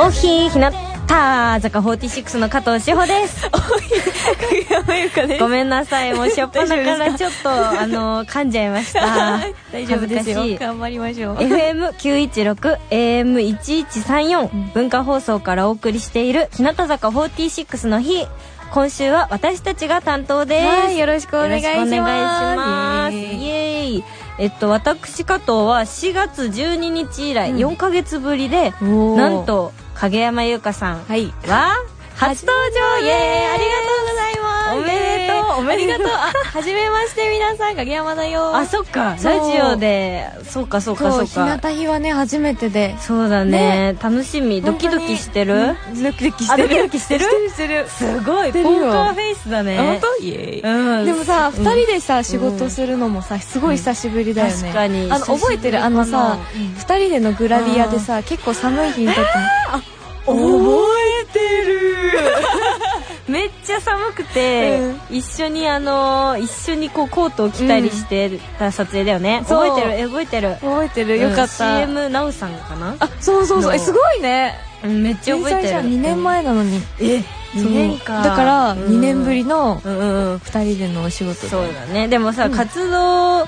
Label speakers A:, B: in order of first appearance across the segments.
A: おひひなた坂46の加藤志保ですごめんなさいもうしょっぱなからちょっとあの噛んじゃいました
B: 大丈夫ですよ
A: 恥ずかしい
B: 頑張りましょう
A: FM916AM1134、文化放送からお送りしている日向坂46の日今週は私たちが担当です、
B: はいよろしくお願いします
A: よろくお願いします
B: イエ
A: イ
B: ーイ
A: エーイえっと私加藤は4月12日以来
B: うん
A: 4か月ぶりで、
B: おー
A: なんと影山優香さん
B: はい
A: は初登場イエーイあり
B: が
A: とうございますおめでとうおめでとう
B: ありがとうあはじめまして皆さん影山だよ
A: あそっか
B: そう
A: ラジオでそうかそうか
B: そ
A: そううか
B: 日向日はね初めてで
A: そうだね楽しみドキドキしてる
B: うんドキドキし
A: あ
B: て
A: ド
B: る
A: キドキしてる
B: してる
A: すごい
B: て
A: ポ
B: る
A: ー
B: よ
A: カーフェイスだね
B: 本当イエーイ
A: うん
B: でもさ、
A: うん
B: 二人でさ仕事するのもさすごい久しぶりだよね、
A: 確かに
B: あの覚えてるあのさ二人でのグラビアでさ結構寒い日の時、
A: 覚えてる めっちゃ寒くて、一緒にあの一緒にこうコートを着たりしてた撮影だよね、
B: そう
A: 覚えてる覚えてる
B: 覚えてるよかった、
A: うん CM なおさんかな
B: あそうそうそうえすごいね
A: うんめっちゃ
B: 天
A: 覚え
B: 才
A: て
B: じ
A: る
B: ゃん2年前なのに
A: え
B: そう
A: 2年か
B: だから
A: うん
B: 2年ぶりの
A: うんうんうん
B: 二人でのお仕事で
A: そうだねでもさ、
B: うん
A: 活動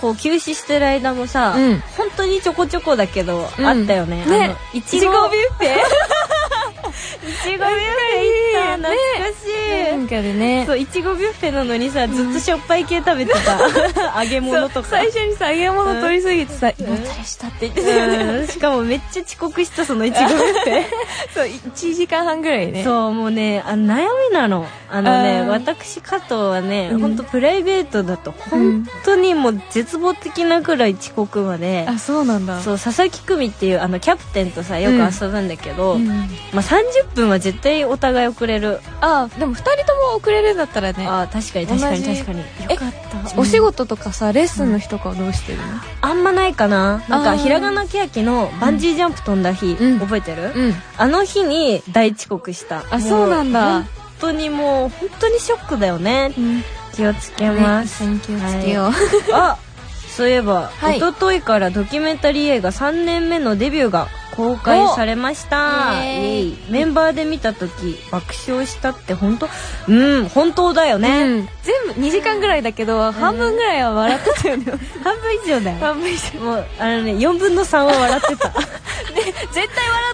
A: こう休止してる間もさ、
B: うん
A: 本当にちょこちょこだけど、
B: うん
A: あったよね
B: ね
A: あのい
B: いち
A: ち
B: ご
A: ご
B: ビュッフェ
A: いちごビュッフェ行った懐か
B: ね
A: しい、
B: なんかでね
A: そういちごビュッフェなのにさずっとしょっぱい系食べてた、 揚げ物と
B: そう
A: か
B: 最初にさ揚げ物取りすぎてさ「
A: ん
B: 胃もたれした」って言ってたよね
A: うんしかもめっちゃ遅刻したそのい ちごビュッフェ
B: そう1時間半ぐらいね
A: そうもうねあ悩みなのあのね
B: あー
A: 私加藤はね、
B: うん
A: ほんとプライベートだと本当にもう絶望的なくらい遅刻まで、
B: あそうなんだ
A: そう佐々木久美っていうあのキャプテンとさよく遊ぶんだけど、
B: うん
A: まあ、30分は絶対お互い遅れる、
B: あでも2人とも遅れるんだったらね
A: ああ確かに確かに
B: 同じ
A: 確かによ
B: え
A: かった
B: お仕事とかさレッスンの日とかはどうしてるの
A: あんまないかななん
B: あー
A: かひらがなけやきのバンジージャンプ飛んだ日、
B: うん
A: 覚えてる、
B: うん
A: あの日に大遅刻した
B: あ
A: も
B: そうなんだ
A: 本当にもう本当にショックだよね気をつけます、
B: ね一緒に気をつけよう
A: はいあそういえば、
B: はい
A: 一昨日からドキュメンタリー映画3年目のデビューが公開されました
B: おイエーイ
A: イエイメンバーで見た時爆笑したって本当うん本当だよ
B: う
A: ね、
B: ん全部2時間ぐらいだけど半分ぐらいは笑ってたよね
A: 半分以上だよ
B: 半分以上
A: もうあのね4分の3は笑ってた
B: 絶対笑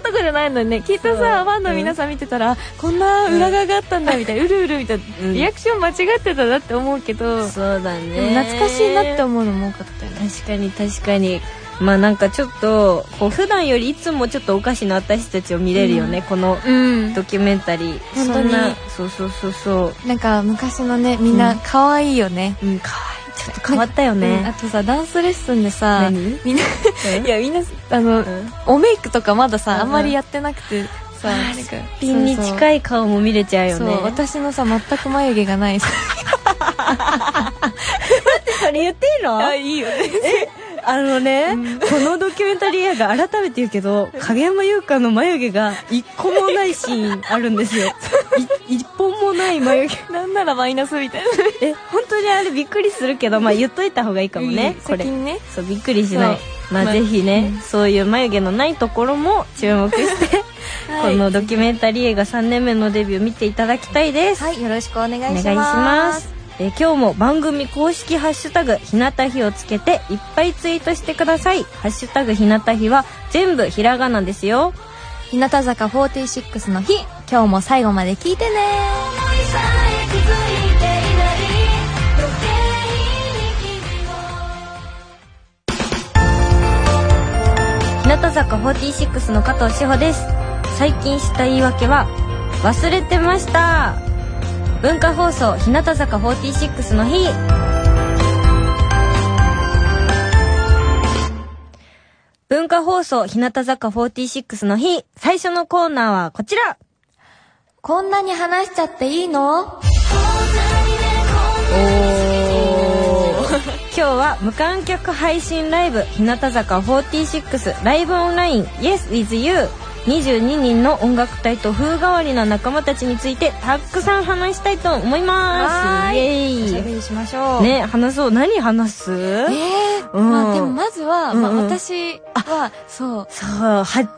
B: うとこじゃないのにねきっと
A: そ
B: さ
A: う
B: ファンの皆さん見てたらこんな裏側があったんだみたいなうるうるみたい
A: うん
B: なリアクション間違ってたなって思うけどで
A: そうだ
B: も
A: ね
B: 懐かしいなって
A: 思
B: 思うのも多かったよね
A: 確かに確かにまあなんかちょっとこう普段よりいつもちょっとおかしな私たちを見れるよね、この
B: うん
A: ドキュメンタリー
B: 本当に
A: そんなそうそうそうそう
B: なんか昔のねみんな可愛いよね
A: うん、かわいい。ちょっと変わったよ
B: うんあ
A: ね。
B: とさダンスレッスンでさ
A: 何
B: みんな
A: え
B: いやみんなあの
A: うん
B: おメイクとかまだ
A: う
B: さ、
A: んうん
B: あんまりやってなくて
A: あ
B: さ、
A: ー
B: なんか
A: ピンに近い顔も見れちゃう
B: い
A: よ
B: そう,、
A: ね。
B: 私のさ全く眉毛がないさ
A: それ言っていいの
B: いいよね
A: あのね、このドキュメンタリー映画、改めて言うけど、影山優香の眉毛が一個もないシーンあるん ですよ。い一本もない眉毛。
B: なんならマイナスみたい
A: え、本当にあれびっくりするけど、まあ言っといた方がいいか
B: な
A: もね
B: う、ん
A: これ
B: 先。にね
A: そう、びっくりしない
B: そ。
A: まあ
B: まあ
A: ぜひね、そういう眉毛のないところも注目して、こ
B: はい
A: のドキュメンタリー映画3年目のデビュー見ていただきたいです。
B: はいよろしくお願いし
A: お
B: ま
A: 願い
B: す
A: します。えー今日も番組公式ハッシュタグひなたひをつけていっぱいツイートしてください。ハッシュタグひなたひは全部ひらがなですよ。
B: 日向坂46の日今日も最後まで聞いてね
A: 日向坂46の加藤志保です。最近した言い訳は忘れてました。文化放送日向坂46の日。文化放送日向坂46の日。最初のコーナーはこちら。
B: こんなに話しちゃっていいの
A: おー今日は無観客配信ライブ日向坂46ライブオンライン YesWithYou22 人の音楽隊と風変わりな仲間たちについてたくさん話したいと思いますイエ
B: おしゃ
A: ー
B: べりしましょう
A: イね話そう何話す
B: えー
A: うん
B: まあでもまずは、まあ
A: うんうん
B: 私は、そう、
A: そう初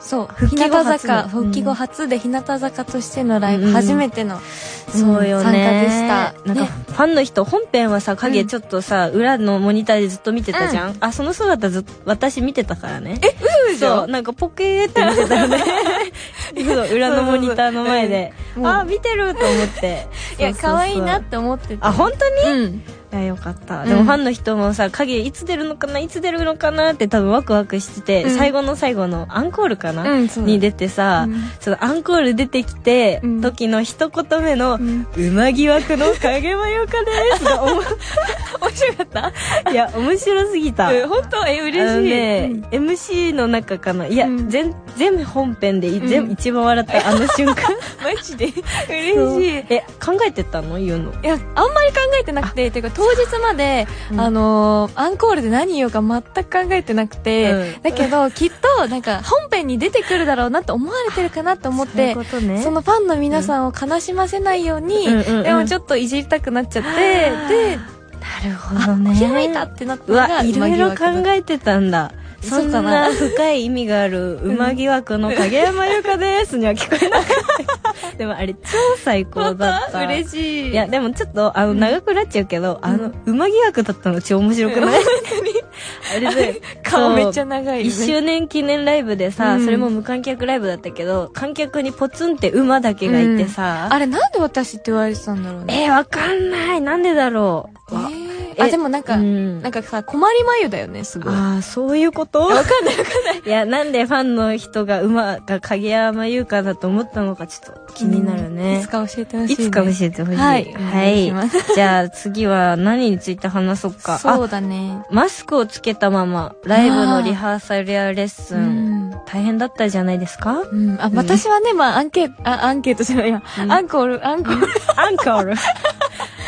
B: そう、
A: 復帰
B: 日
A: 後
B: 向
A: 初
B: 坂、
A: の
B: 復帰後初で日向坂としてのライ
A: うんう
B: ブ、
A: ん
B: 初めての、
A: そうよね
B: 参加でした。
A: なんか
B: ね
A: ファンの人本編はさ影ちょっとさ、裏のモニターでずっと見てたじゃん、あその姿ずっ私見てたからねえ
B: 嘘でしょ
A: そうなんかポケーって見てた よねそう裏のモニターの前で
B: そうそうそううん
A: あ見てると思って
B: いや、
A: そうそうそう
B: 可愛いなって思ってて。
A: あ本当に
B: うん。
A: いやよかった、
B: うん
A: でもファンの人もさ影いつ出るのかないつ出るのかなって多分ワクワクしてて、
B: うん
A: 最後の最後のアンコールかな、
B: うんそう
A: に出てさ、
B: うん
A: そのアンコール出てきて、
B: うん
A: 時の一言目の「
B: ん
A: 馬疑惑の影真よか です」がおも面白かったいや面白すぎた、
B: え本当え、
A: あの
B: 嬉しい。
A: ね
B: うん
A: MC の中かないや、
B: うん
A: 全全本編でい、
B: うん
A: 全一番笑ったあの瞬間
B: マジで嬉
A: そう
B: しい。
A: え考えてたの言うの
B: いや、あんまり考えてなくて、ていうか当日まで、
A: うん
B: あのーアンコールで何言おうか全く考えてなくて、
A: うん
B: だけど、きっと、なんか、本編に出てくるだろうなって思われてるかなと思っ
A: そうい
B: て、
A: う
B: そ
A: ことね
B: のファンの皆さんを悲しませないように、
A: うんうんうん
B: でもちょっといじりたくなっちゃって、で、
A: なるほどね
B: 開いたってなった
A: う
B: の
A: わ
B: が、
A: いろいろ考えてたんだそ
B: そ
A: ん
B: うか
A: な
B: な
A: 深い意味がある馬疑惑の影山優香ですには聞こえなか ったでもあれ超最高だった
B: 嬉しい。
A: いやでもちょっとあの長くなっちゃうけど、あの馬疑惑だったの超面白くない、あ れで
B: 顔めっちゃ長いよね。
A: 1周年記念ライブでさ、
B: うん
A: それも無観客ライブだったけど観客にポツンって馬だけがいてさ、
B: あれなんで私って言われてたんだろうね。
A: えー、わかんないなんでだろう、わ
B: え
A: え
B: あ、でもなんか、
A: うん
B: なんかさ、困り眉だよね、すごい。
A: ああ、そういうことわかんないわかんない。いや、なんでファンの人が馬が影山優香だと思ったのかちょっと気になる
B: うん
A: ね
B: いつ。か教えてほしい、
A: い
B: ね。
A: つか教えてほしい。
B: はいお願いしま
A: じゃあ次は何について話そうか。
B: そ
A: あ、
B: うだね。
A: マスクをつけたままライブのリハーサルやレッス
B: う
A: ン、
B: ん。
A: 大変だったじゃないですか
B: うん、あ、
A: ん
B: 私はね、まあ、アンケート、あ、アンケートじゃないや、
A: うん
B: アンコール、アンコール。
A: アンコ ール。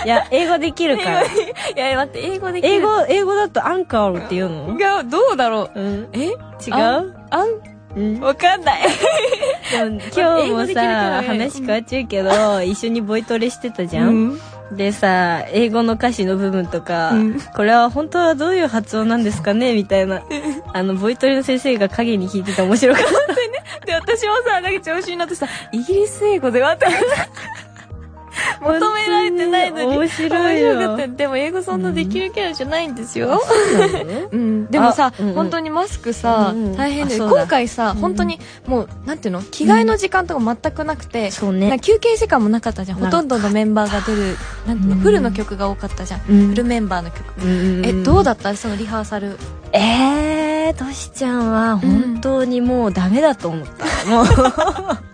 A: いや、英語できるから。
B: い や、待って、英語で
A: 英語、英語だとアンコールって言うの
B: が、どうだろう。
A: うん。
B: え違
A: 違
B: ア
A: う
B: アン、
A: うん。
B: わかんない。
A: でも今日も
B: 英語できるか
A: さ、
B: らね
A: 話変わっちゃうけど、一緒にボイトレしてたじゃ、
B: うんん
A: でさ、英語の歌詞の部分とか、
B: うん
A: これは本当はどういう発音なんですかねみたいな、あの、ボイトレの先生が影に弾いてて面白かっ
B: で、私もさ、なんか調子に乗ってさ、イギリス英語でわって。
A: た。
B: 求められてないのに。
A: 面白いよ。
B: 面白かったでも英語そんなできるキャラじゃないんですよ。うん、でもさ、
A: あうんうん
B: 本当にマスクさ、
A: うんうん
B: 大変で、
A: あそうだ
B: 今回さ、
A: うん
B: 本当にもう、なんていうの着替えの時間とか全くなくて、
A: そう
B: なん
A: ね
B: か。休憩時間もなかったじゃん。
A: な
B: ほ
A: かった
B: とんどのメンバーが出る、なんていうの、
A: うん
B: フルの曲が多かったじゃん。
A: うん
B: フルメンバーの曲。え、
A: え
B: どう
A: だ
B: だったそのリハーサル。
A: えー、としちゃんは本当にもうダメだと思った。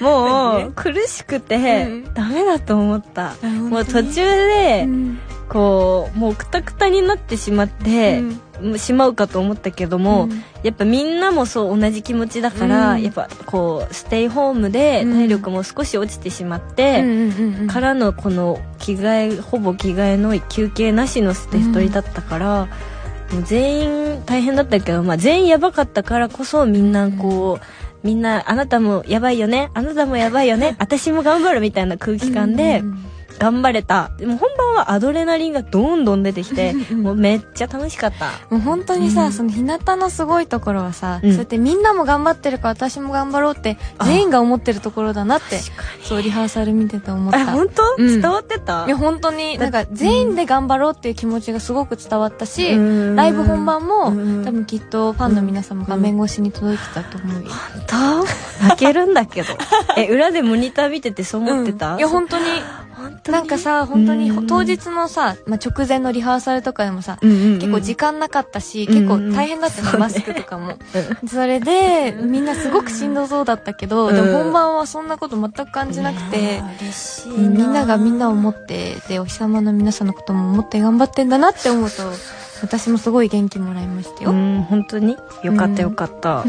A: もう、もう苦しくて
B: うん
A: ダメだと思った。もう途中で、
B: うん
A: こうもうクタクタになってしまって、もうしまうかと思ったけども、
B: うん
A: やっぱみんなもそう同じ気持ちだから、
B: うん
A: やっぱこうステイホームで
B: うん
A: 体力も少し落ちてしまっ
B: うん
A: て、
B: うんうんうん
A: からのこの着替えほぼ着替えの休憩なしのステストリだったから、もう全員大変だったけど、まあ、全員やばかったからこそみんなこう。みんな、あなたもやばいよね、あなたもやばいよね、私も頑張るみたいな空気感で、
B: うんうん
A: 頑張れた。でも本番はアドレナリンがどんどん出てきて、
B: うん
A: もうめっちゃ楽しかった。
B: もう本当に
A: う
B: さ、
A: ん
B: その日向のすごいところはさ、
A: うん
B: そうやってみんなも頑張ってるから私も頑張ろうって、全員が思ってるところだなって、そう、リハーサル見てて思っ
A: え、
B: た。
A: 本当、
B: うん
A: 伝わってた
B: いや、本当に、なんか全員で頑張ろうっていう気持ちがすごく伝わったし、
A: うん
B: ライブ本番も、
A: うん
B: 多分きっとファンの皆さんも画面越しに届いてたと思うよ。
A: 本当泣けるんだけ ど。え、裏でモニター見ててそう思ってた、
B: うんいや、本当に、
A: 本当に
B: なんか、さ、本当
A: うん
B: に当日のさ、まあ、直前のリハーサルとかでもさ、
A: うんうんうん
B: 結構時間なかったし、
A: うん
B: 結構大変だっ
A: そ
B: た
A: うね
B: ね、マスクとかも。それで、みんなすごくしんどそうだったけど、で
A: うん
B: も本番はそんなこと全く感じなくて、
A: うん嬉しい
B: みんながみんなを思
A: っ
B: って、で、お日様の皆さんのことも思って頑張ってんだなって思うと、私もすごい元気もらいました
A: てう
B: よ。
A: ん、本当によかったよかった。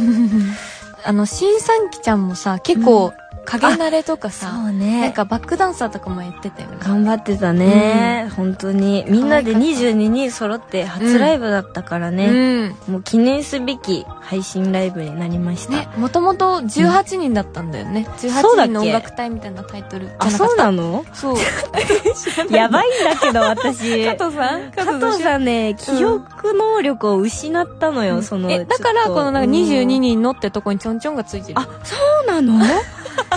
B: あの、新三期ちゃんもさ、結構影慣れとか
A: そ
B: さ、
A: うね
B: なんかバックダンサーとかもやってたよね。
A: 頑張ってたね、本当にみんなで22人揃って初ライブだったからね、
B: ね。
A: もう記念すべき配信ライブになりまし
B: うん。
A: た、
B: ね、もともと18人だったんだよね。18
A: そうだっけ
B: 人の音楽隊みたいなタイトルじゃ
A: あ
B: なかっ
A: そう
B: た。
A: なの
B: そう。
A: やばいんだけど 私
B: 加藤さん
A: 加藤
B: ん
A: さんね記憶能力を失ったのよ、その
B: え、だから、このなんか22人のってとこにちょんちょんがついてる。
A: あそうなの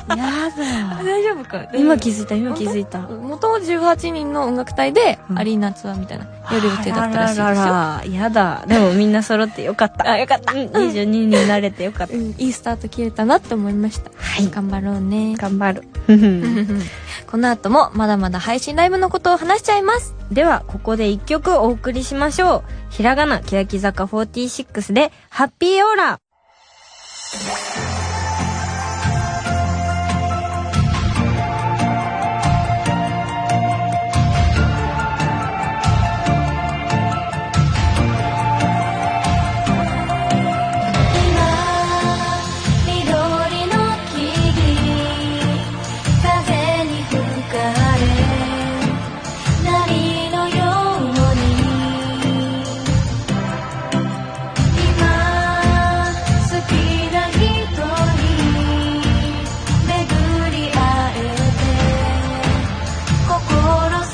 A: やだ
B: 大丈夫か
A: 今気づいた今気づいた
B: 元々18人の音楽隊で
A: うん
B: アリーナツアーみたいな、やる予定だったらしいですよ。
A: あらららやだでもみんな揃ってよかった
B: あよかった
A: うん22になれてよかった
B: うん、いいスタート切れたなって思いました。
A: はい
B: 頑張ろうね。
A: 頑張る
B: この後もまだまだ配信ライブのことを話しちゃいます。
A: ではここで一曲お送りしましょうひらがな欅坂46で「ハッピーオーラ」
C: 今「緑の木々」「風に吹かれ」「波のように」「今好きな人に巡り会えて」「心騒ぐ」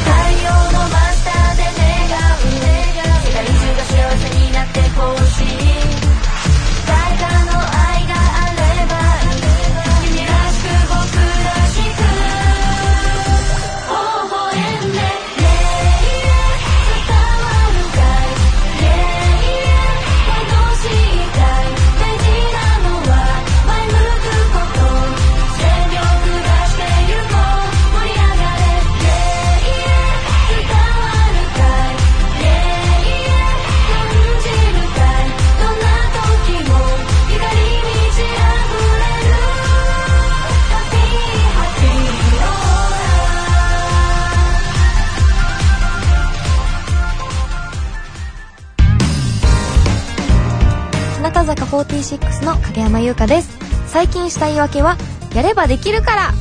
C: 太陽の真下で願う世界中が幸せになってほしい誰かの愛があれば君らしく僕らしく微笑んで Yeah, yeah 伝わるかい Yeah, yeah 楽しいかい大事なのは前向くこと全力出して行こう盛り上がれ Yeah, yeah 伝わるかい Yeah, yeah 楽しいかい大事なのは前向くこと全力出して行こう盛り上がれ Yeah, yeah 感じるかいどんな時も光に満ち溢れる Happy, happy, oh
B: 日向坂46の影山優香です。最近した言い訳は、やればできるから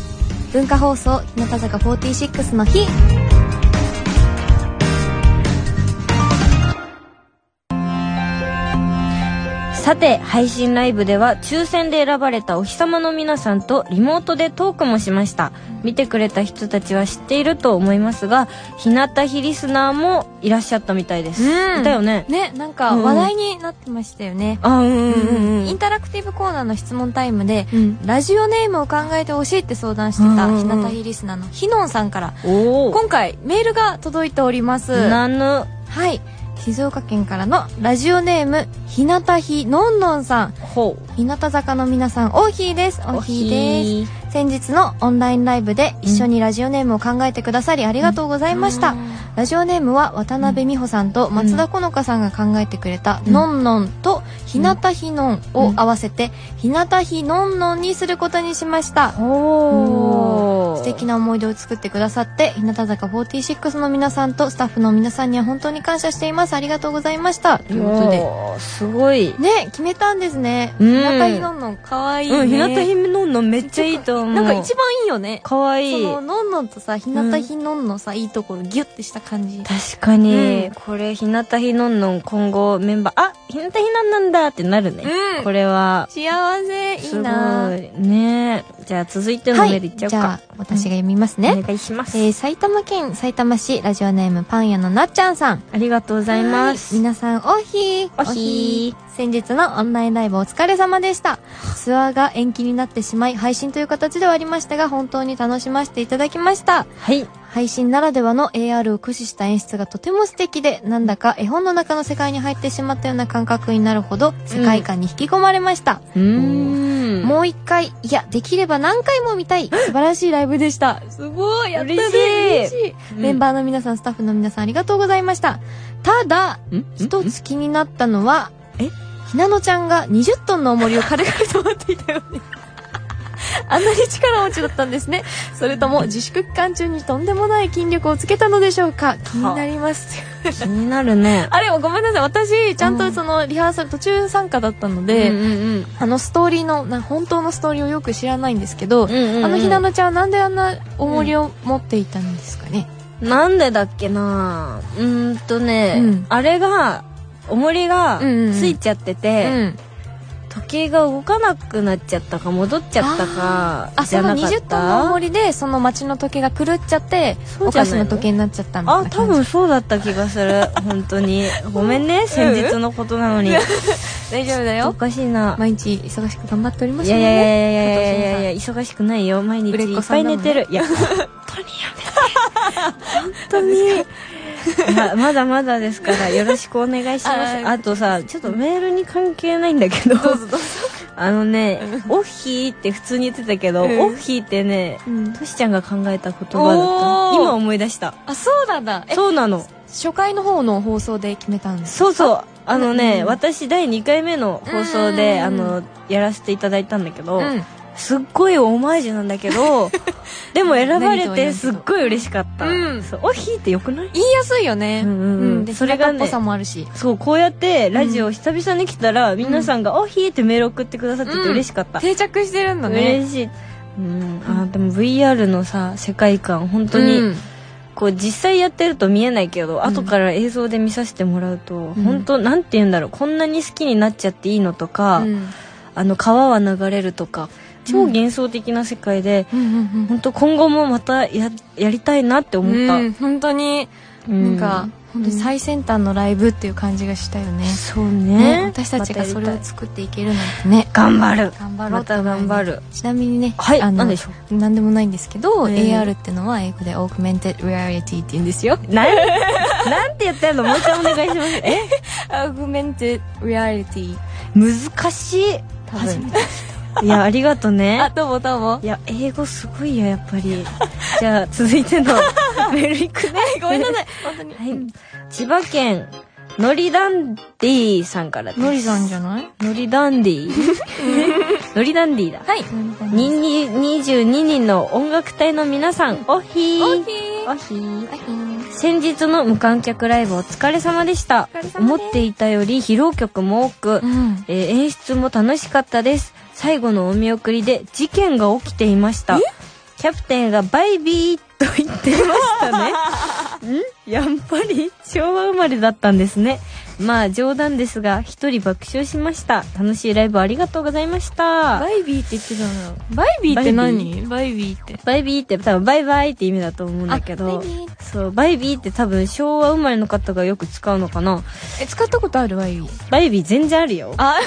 B: 文化放送、日向坂46の日。
A: さて配信ライブでは抽選で選ばれたお日様の皆さんとリモートでトークもしました見てくれた人たちは知っていると思いますが日向日リスナーもいらっしゃったみたいです、
B: うん
A: いたよね
B: ね、なんか話題になってましたよね。
A: あうんうんうんうん
B: インタラクティブコーナーの質問タイムで、
A: うん
B: ラジオネームを考えてほしいって相談してた、
A: うんうんう
B: 日
A: ん
B: 向ひリスナーのひのんさんから、
A: おお
B: 今回メールが届いております。
A: なぬ
B: はい。静岡県からのラジオネーム、ひなたひのんのんさん。
A: ほ
B: 日向坂の皆さん、おひーです。
A: う
B: おひーです。先日のオンラインライブで一緒にラジオネームを考えてくださりありがとうございました。ラジオネームは渡辺美穂さんと松田好花さんが考えてくれた、
A: うん
B: のんのんとひなたひのんを合わせて、ひなたひのんのんにすることにしました。
A: おお
B: 素敵な思い出を作ってくださって日向坂46の皆さんとスタッフの皆さんには本当に感謝していますありがとうございましたということで
A: おーすごい
B: ね決めたんですね
A: うん
B: 日向ひのんのんかわいいね、
A: うん日向姫のんのんめっちゃいいと思う
B: なんか一番いいよね
A: かわいい
B: そののんのんとさ日向ひのんのさ、いいところギュッてした感じ
A: 確かに、
B: うん
A: これ日向ひのんのん今後メンバーあ日向ひなんなんだってなるね、
B: うん
A: これは
B: 幸せいい
A: すごい
B: な
A: ねじゃあ続いての
B: は
A: メールい
B: い
A: っちゃおう
B: じ
A: か、
B: ゃあ私が読みますね、
A: お願いします、
B: えー埼玉県埼玉市ラジオネームパン屋のなっちゃんさん
A: ありがとうございます
B: はい皆さん、おひー
A: おひー
B: 先日のオンラインライブお疲れ様でした。ツアーが延期になってしまい、配信という形ではありましたが、本当に楽しませていただきました。
A: はい
B: 配信ならではの AR を駆使した演出がとても素敵で、なんだか絵本の中の世界に入ってしまったような感覚になるほど、世界観に引き込まれました。
A: うーん
B: もう一回、いや、できれば何回も見たい、素晴らしいライブでした。すごい、やったね。
A: 嬉しい
B: 嬉しい。
A: うん
B: メンバーの皆さん、スタッフの皆さん、ありがとうございました。ただ、
A: ん
B: 一つ気になったのは
A: え、
B: ひなのちゃんが20トンの重りを軽々と持っていたよね。あんなに力持ちだったんですねそれとも自粛期間中にとんでもない筋力をつけたのでしょうか気になります
A: 気になるね
B: あれごめんなさい私ちゃんとそのリハーサル途中参加だったので、
A: うんうん
B: あのストーリーのな本当のストーリーをよく知らないんですけど、
A: うんうんうん
B: あのひなのちゃんはなんであんな重りを持っていたんですかね、
A: うんなんでだっけなうーんとね、
B: うん
A: あれが重りが
B: うんうんうん
A: ついちゃってて、
B: うん
A: 時計が動かなくなっちゃったか戻っちゃったか
B: あ
A: じ
B: そ
A: ゃ
B: の
A: なかった
B: 20トンの重りでその町の時計が狂っちゃって
A: そう
B: お
A: じゃ
B: 菓
A: ない
B: 子
A: の
B: の時計になっちゃったみたい
A: あ
B: な
A: 多
B: 感じ
A: 分そうだった気がする本当にごめんね先日のことなのに、
B: 大丈夫だ
A: お
B: よ
A: かしいな、
B: 毎日忙しく頑張っておりま
A: い
B: す
A: や
B: の
A: い
B: で
A: やいや
B: ね
A: いやいやいやいや忙しくないよ毎日
B: 売れっ
A: い
B: 子
A: っぱ
B: さん
A: い
B: だもん
A: 寝てるいや 本当にやめて本当にいやまだまだです からよろしくお願いします
B: あ
A: あとさちょっとメールに関係ないんだけど
B: どうぞどうぞ
A: あのねオッヒーって普通に言ってたけど、
B: うん
A: オッヒーってね
B: うん
A: トシちゃんが考えた言葉だっ
B: おー
A: た今思い出した
B: あそうなんだえ
A: そうなの
B: 初回の方の放送で決めたんです
A: そうそうあのね、
B: うん
A: 私第2回目の放送で、
B: うん
A: あのやらせていただいたんだけど、
B: うん
A: すっごいオマージュなんだけ どでも選ばれ
B: 何と
A: て
B: 何と
A: すっごい嬉しかった、
B: うん
A: そうおひってよくない
B: 言いやすいよね
A: うんうんうん
B: で
A: そ
B: そ
A: れ
B: れ
A: が
B: が
A: ね
B: っぽさもあるし
A: そうこうやってラジオ久々に来たら、皆さんが「おひ」ってメール送ってくださってて
B: うん
A: 嬉しかった、
B: 定着してるんだね
A: 嬉しい、うん、あーでも VR のさ世界観本当に、
B: うん
A: こう実際やってると見えないけど、後から映像で見させてもらうと、
B: ん
A: 本当なんて言うんだろうこんなに好きになっちゃっていいのとか、
B: うん
A: あの川は流れるとか超幻想的な世界で、
B: うんうん
A: 本当今後もまたややりたいなって
B: う
A: 思
B: ん
A: った、
B: うん本当に
A: う
B: なんか本当に最先端のライブっていう感じがしたよね
A: そう
B: ね
A: ね
B: 私たちがそれ
A: また
B: を
A: やり
B: 作っていけるなんてね
A: たい頑張る
B: 頑張ろう
A: また頑張る
B: ちなみにね
A: はい
B: あの
A: 何でしょ
B: 何でもないんですけど
A: えー
B: AR ってのは英語で Augmented Reality って言うんですよ
A: うなんなんて言ってんのもう一回お願いしますえ
B: Augmented Reality
A: 難しい
B: 多分
A: いやありがとう
B: あ
A: ね
B: どうも どうも
A: いや英語すごいよやっぱりじゃあ続いて のメールいくね
B: ごめんなさい本当に
A: はい千葉県のりダンディさんからです
B: のりさんじゃない
A: のりダンデ ィのりダンディだ
B: はい
A: にに22人の音楽隊の皆さん、おひ
B: お
A: ー
B: ひー
A: おひー
B: おひ
A: 先日の無観客ライブお疲れ様でした
B: お疲れ様です
A: 思っていたより披露曲も多く、
B: うん
A: えー演出も楽しかったです最後のお見送りで事件が起きていましたキャプテンがバイビーと言っていま したねんやっぱり昭和生まれだったんですねまあ冗談ですが一人爆笑しました楽しいライブありがとうございました
B: バイビーって言ってたのよバイビーって何バイビーって
A: バイビーって多分バイバイって意味だと思うんだけ
B: あ
A: ど
B: バイビー
A: そうバイビーって多分昭和生まれの方がよく使うのかな
B: え使ったことあるバイビー
A: バイビー全然あるよ
B: あ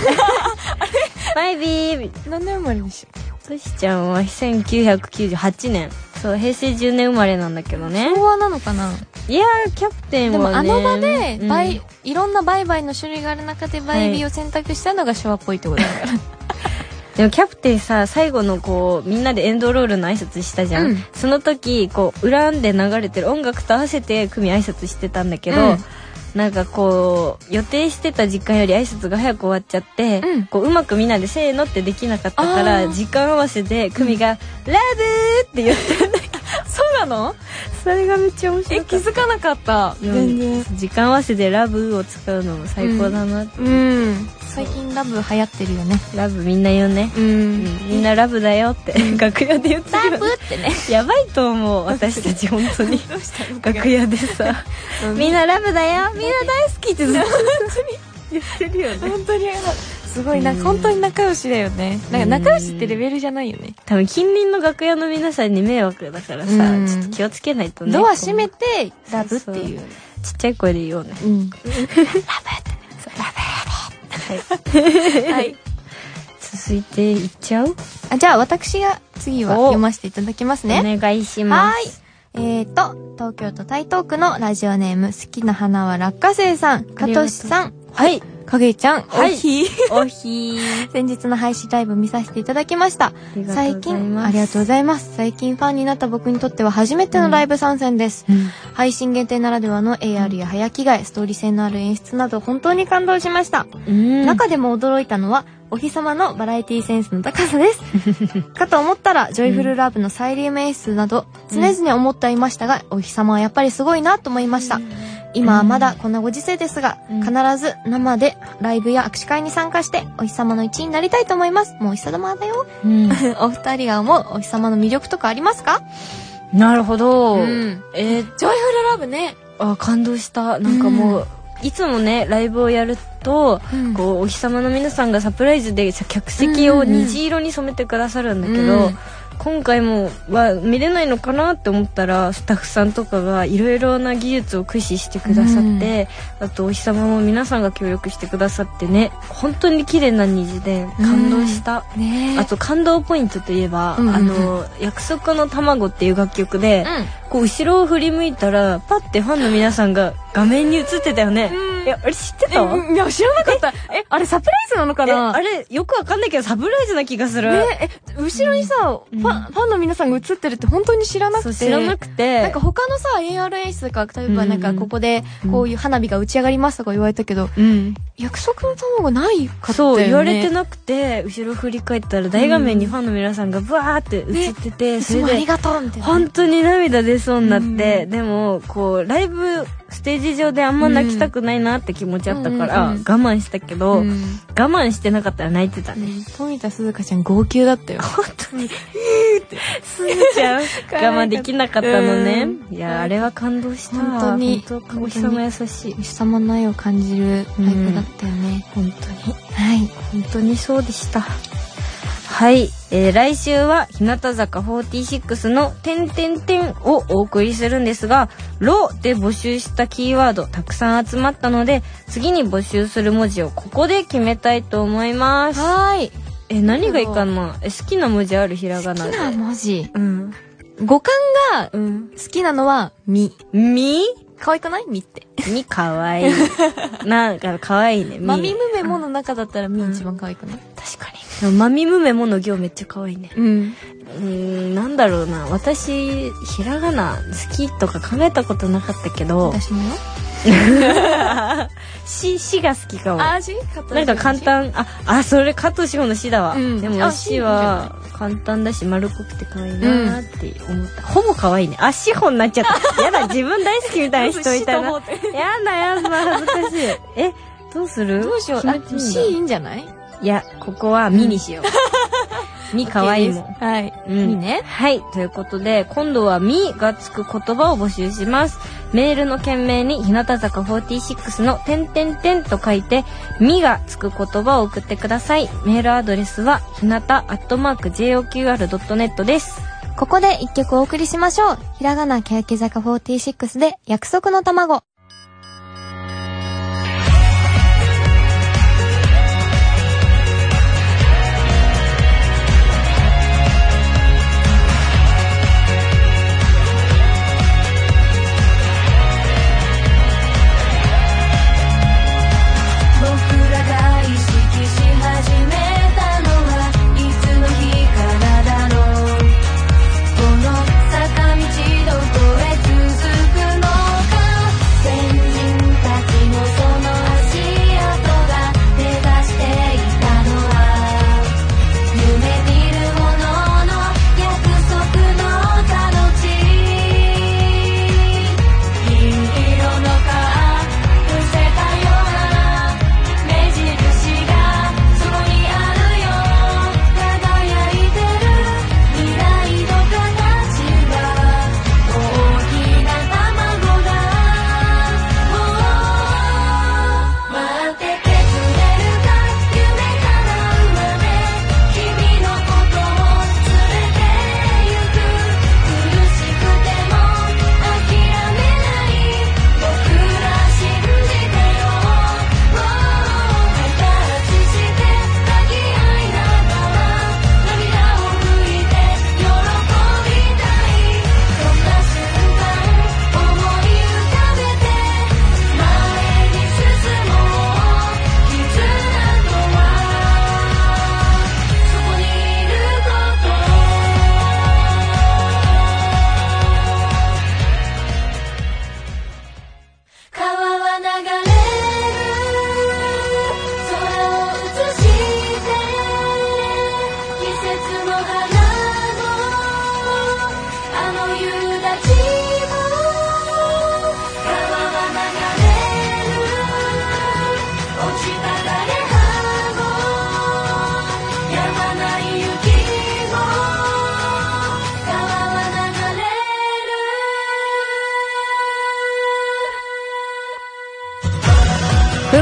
A: バイビー
B: 何年生まれでし
A: トシちゃんは1998年そう平成10年生まれなんだけどね
B: ょ昭和なのかない
A: やーキャプテン
B: でも
A: は
B: あ
A: ね
B: の場で
A: うん
B: バイ、いろんな売買の種類がある中でバイビーを選択したのが昭和っぽいってことだから、
A: でもキャプテンさ最後のこうみんなでエンドロールの挨拶したじゃん、
B: うん
A: その時こう裏で流れてる音楽と合わせて組挨拶してたんだけど、
B: うん
A: なんかこう予定してた時間より挨拶が早く終わっちゃって、
B: うん
A: こううまくみんなで「せーの」ってできなかったか
B: あ
A: ら
B: ー
A: 時間合わせで組が「ラブ!」って言ってんだけど
B: そうなの
A: それがめっちゃ面白
B: え
A: かっ
B: 気
A: た
B: づかなかった
A: でも時間合わせで「ラブ!」を使うのも最高だな、
B: うん最近ラブ流行ってるよね
A: ラブみんな言うね、
B: う
A: うん
B: ん
A: みんなラブだよって 楽屋で言ってるよね
B: ってね
A: やばいと思う私たち本当に
B: どうしたの
A: 楽屋でさ
B: う
A: 「
B: ん
A: みんなラブだよみんな大好き」ってずっと言ってるよね
B: 本当にすごいな本当に仲良しだよねなんか仲良しってレベルじゃないよね
A: 多分近隣の楽屋の皆さんに迷惑だからさ
B: うん
A: ちょっと気をつけないとね
B: ドア閉めてラブ
A: そう
B: っ
A: そ
B: て
A: う
B: いう
A: ちっちゃい声で言おうね
B: うんラブってねはい
A: 続いていっちゃう
B: あじゃあ私が次は
A: お
B: 読ませていただきますね
A: お願いし
B: は
A: ま
B: ーい
A: す。
B: えーと、東京都台東区のラジオネーム、好きな花は落花生さ
A: あ
B: ん、か
A: りがとう
B: としさん、
A: はい
B: かげちゃん、
A: はい
B: おひ
A: おひー
B: 先日の配信ライブ見させていただきました。
A: りがとうございます
B: 最近、ありがとうございます。最近ファンになった僕にとっては初めてのライブ参戦です。配信限定ならではの AR や早着替え、ストーリー性のある演出など本当に感動しました。
A: うん
B: 中でも驚いたのはお日様のバラエティセンスの高さです。 かと思ったら、ジョイフルラブのサイリウム演出など、常々思っていましたが、お日様はやっぱりすごいなと思いました。今はまだこんなご時世ですが、
A: うん
B: 必ず生でライブや握手会に参加して、お日様の一員になりたいと思います。もうお日様だよ。
A: うん、
B: お二人が思うお日様の魅力とかありますか
A: なるほど、
B: うん
A: えー、
B: ジョイフルラブね。
A: あ感動したなんかもう、いつもねライブをやると、
B: うん
A: こうお日様の皆さんがサプライズで客席を虹色に染めてくださるんだけど、
B: うん
A: 今回もは見れないのかなって思ったらスタッフさんとかがいろいろな技術を駆使してくださって、あとお日様も皆さんが協力してくださってね本当に綺麗な虹で感動した、
B: ね
A: あと感動ポイントといえば、
B: うんうんうん
A: あの約束の卵っていう楽曲で、こう後ろを振り向いたらパッてファンの皆さんが画面に映ってたよね、
B: うん
A: いやあれ知ってた
B: うん。いや、知らなかった。え、あれサプライズなのか
A: え
B: な
A: あれよくわかんないけどサプライズな気がする、
B: ねえ、後ろにさ、
A: うん
B: ファン、ファンの皆さんが映ってるって本当に知らなく
A: そう
B: て。
A: 知らなくて
B: なんか他のさ、AR 演出とか、例えばなん
A: う
B: か
A: んうん
B: ここで、こういう花火が打ち上がりますとか言われたけど、
A: うん、
B: 約束の卵ないかったよ
A: そ
B: ね。
A: う言われてなくて後ろ振り返ったら大画面にファンの皆さんがブワーって映ってて、
B: い
A: そ
B: つ
A: れ
B: もあり
A: で
B: がとうみたいな。
A: 本当に涙出そうになって、でもこうライブステージ上であんま泣きたくないなって気持ちあったから、
B: うんうんうん
A: 我慢したけど、
B: う
A: 我
B: ん
A: 慢してなかったら泣いてたね、
B: 富田鈴香ちゃん号泣だったよ。
A: 本当に、 すずちゃん、我慢できなかったのね。
B: うん
A: いや、あれは感動した。
B: 本当に
A: 本当お日様優しい
B: お。日様の愛を感じるタイプだったよね。
A: 本当に、
B: はい。
A: 本当にそうでした。はい、えー来週は日向坂46の「てんてんてん」をお送りするんですが「ロ」で募集したキーワードたくさん集まったので次に募集する文字をここで決めたいと思います
B: はーい。
A: え何がいいかなえ好きな文字あるひらが
B: 好
A: な
B: き
A: で
B: な文字。
A: うん
B: 五感が好
A: うん
B: きなのは、み。
A: み
B: 可愛くないみって。
A: みかわ いい。なんかかわいいね。み
B: まみむめもの中だったらみ一番可愛くない
A: 確かに。でもまみむめもの行めっちゃかわいいね。
B: うん。
A: うーん、なんだろうな。私、ひらがな好きとか考えたことなかったけど、
B: 私もよ。
A: し、しが好きかも。
B: 味
A: なんか簡。単、あ、あ、それ加藤志保のしだわ。
B: うん
A: で
B: あ
A: もしは簡単だし丸っこくて可愛いなーって思った。ほぼ可愛いね。あ、志保になっちゃっ た。やだ、自分大好きみたいな人いたな。やだ、やだ、恥ずかしい。え、どうする
B: どうしよう。
A: 決
B: あ
A: めていい、んだ
B: C いいんじゃない
A: いや、ここはミにしよ う。ミ可愛いもん。
B: はい。
A: うん
B: ミね。
A: はい。ということで、今度はミがつく言葉を募集します。メールの件名に、日向坂46の点点点と書いて、ミがつく言葉を送ってください。メールアドレスは、ひなたアットマーク JOQR.net です。
B: ここで一曲お送りしましょう。ひらがな欅坂46で約束の卵。
C: 僕らが意識し始めたのはいつの日からだろうこの坂道どこへ続くのか手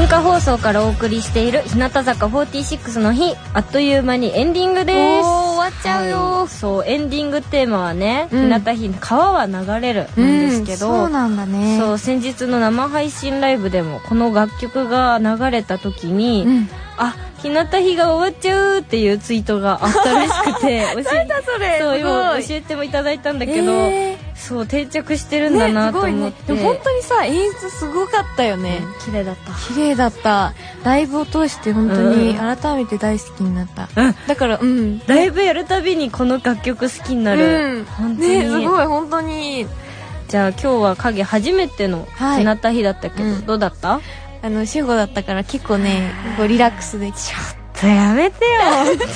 A: 化放送からお送りしている日向坂46の日あっという間にエンディングです
B: おー終わっちゃうよ
A: はいそうエンディングテーマはね「
B: うん
A: 日向日川は流れる」なんですけど、
B: うんそうなんだね
A: そう先日の生配信ライブでもこの楽曲が流れた時に「
B: うん
A: あ日向日が終わっちゃう」っていうツイートがあったらしくて教え
B: それ
A: そう
B: すご
A: 今
B: い
A: 教えてもいただいたんだけど、
B: え
A: そう定着してる
B: ー
A: んだな
B: ねす
A: と
B: ごい
A: 思っ
B: ね
A: て、
B: でも本当にさ演出すごかったよね、
A: うん綺麗だった
B: 綺麗だったライブを通して本当に
A: う
B: 改めて大好きになった、
A: うん
B: だからうん
A: ライブやるたびにこの楽曲好きになる、
B: うん、
A: 本当に、
B: ねすごい本当に
A: じゃあ今日は影初めての
B: はい
A: 日向日だったけど、
B: うん
A: どうだった
B: あの主語だったから結構ねこうリラックスできちゃう
A: ちょっとやめてよ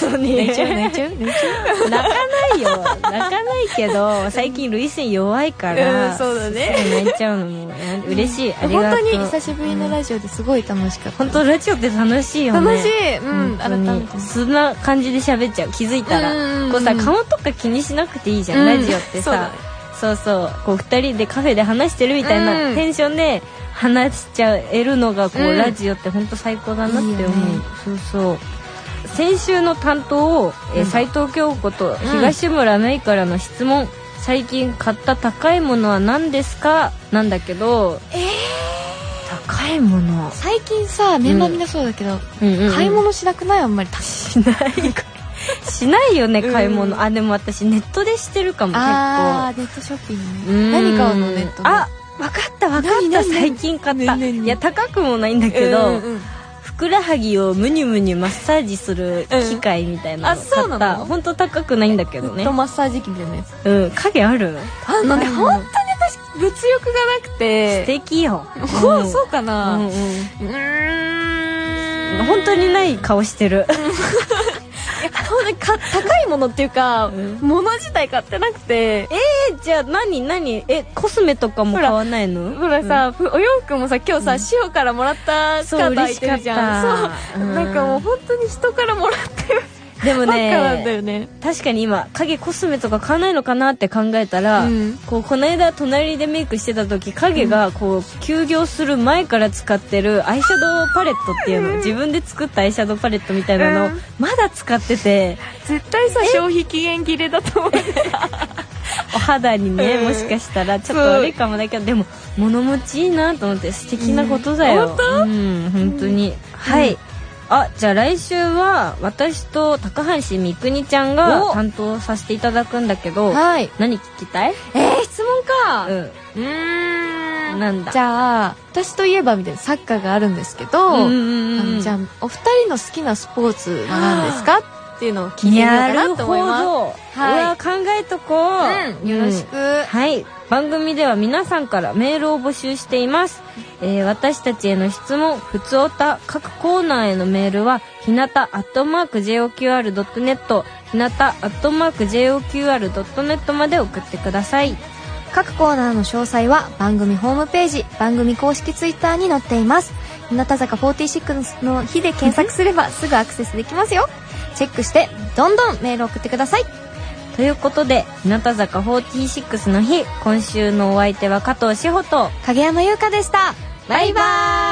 A: 本当 に
B: 泣いちゃう泣いちゃう泣いちゃう
A: 泣かないよ泣かないけど最近涙腺弱いから、
B: うんそうだね
A: すぐ泣いちゃうのもや嬉しい、あ
B: 本
A: りがと
B: 当
A: う
B: に久しぶりのラジオですごい楽しかった、
A: 本当ラジオって楽しいよね
B: 楽しいう
A: 本
B: ん改
A: 当に
B: めて
A: そんな感じで喋っちゃう気づいた
B: うんう
A: ら
B: んうん
A: こうさ顔とか気にしなくていいじゃん、
B: うん
A: ラジオってさそうそうこう2人でカフェで話してるみたいな、
B: うん
A: テンションで話しちゃえるのがこう、
B: うん
A: ラジオって本当最高だなって思う
B: いいよね
A: そうそう先週の担当を斎、えー
B: うん
A: 斉藤京子と東村芽衣からの質問、最近買った高いものは何ですかなんだけど
B: えー
A: 高いもの、
B: 最近さメンバーみんなそうだけど、
A: うんうんうん
B: 買い物しなくないあんまり
A: しないかしないよね
B: うん
A: 買い物、あでも私ネットでしてるかも結
B: あ
A: 構
B: ーネットショッピング
A: うーん
B: ね何買うのネットで
A: あ分かった分かった
B: 何何何
A: 最近買った、
B: ねねね
A: いや高くもないんだけど、ふくらはぎをムニュムニュマッサージする機械みたいなの
B: うんあそう
A: 買
B: なの
A: った、本当高くないんだけど
B: フッ
A: ね
B: トマッサージ機みたいなやつ
A: うん影ある
B: あのね本当に私物欲がなく
A: 素
B: て
A: 敵よ、
B: ほう そううかな
A: うんう
B: うんーん
A: 本当にない顔して る
B: 本当にか高いものっていうか、
A: うん
B: 物自体買ってなく
A: え
B: て
A: じゃあ何何えコスメとかも買わないの
B: ほらさ、ふお洋服もさ今日さ、塩からもらったスカート履いてるじゃん
A: そう
B: そう
A: 嬉しかったうん
B: なんかもう本当に人からもらってる
A: でも
B: ばっかなんだ
A: ね
B: よね
A: 確かに今影コスメとか買わないのかなって考えたら、
B: うん
A: こうこの間隣でメイクしてた時影がこう休業する前から使ってるアイシャドウパレットっていうの、自分で作ったアイシャドウパレットみたいなのを
B: うん
A: まだ使ってて
B: 絶対さ消費期限切れだと思う
A: お肌にね、
B: うん
A: もしかしたらちょっと悪いかもだけどでも物持ちいいなと思って素敵なことだよ、
B: うん本当
A: うん本当に、はいあじゃあ来週は私と高橋みくにちゃんが
B: お
A: 担当させていただくんだけど
B: はい
A: 何聞きたい
B: えー、質問か
A: うん
B: うーん
A: なんだ
B: じゃあ私といえばみたいなサッカーがあるんですけど、
A: うんうんう
B: あ
A: んう
B: の
A: ん
B: じゃあお二人の好きなスポーツは何ですかっていうのを聞いてみようかなと思い
A: なる
B: ま
A: ほど、
B: はいう
A: わ考えとこ
B: す
A: う、
B: うんよろしく、
A: はい番組では皆さんからメールを募集しています、えー私たちへの質問ふつおた各コーナーへのメールはひなた @joqr.net ひなた @joqr.net まで送ってください
B: 各コーナーの詳細は番組ホームページ番組公式ツイッターに載っています日向坂46の日で検索すればすぐアクセスできますよチェックしてどんどんメール送ってください
A: ということで日向坂46の日今週のお相手は加藤志穂と
B: 影山優香でしたバイバイ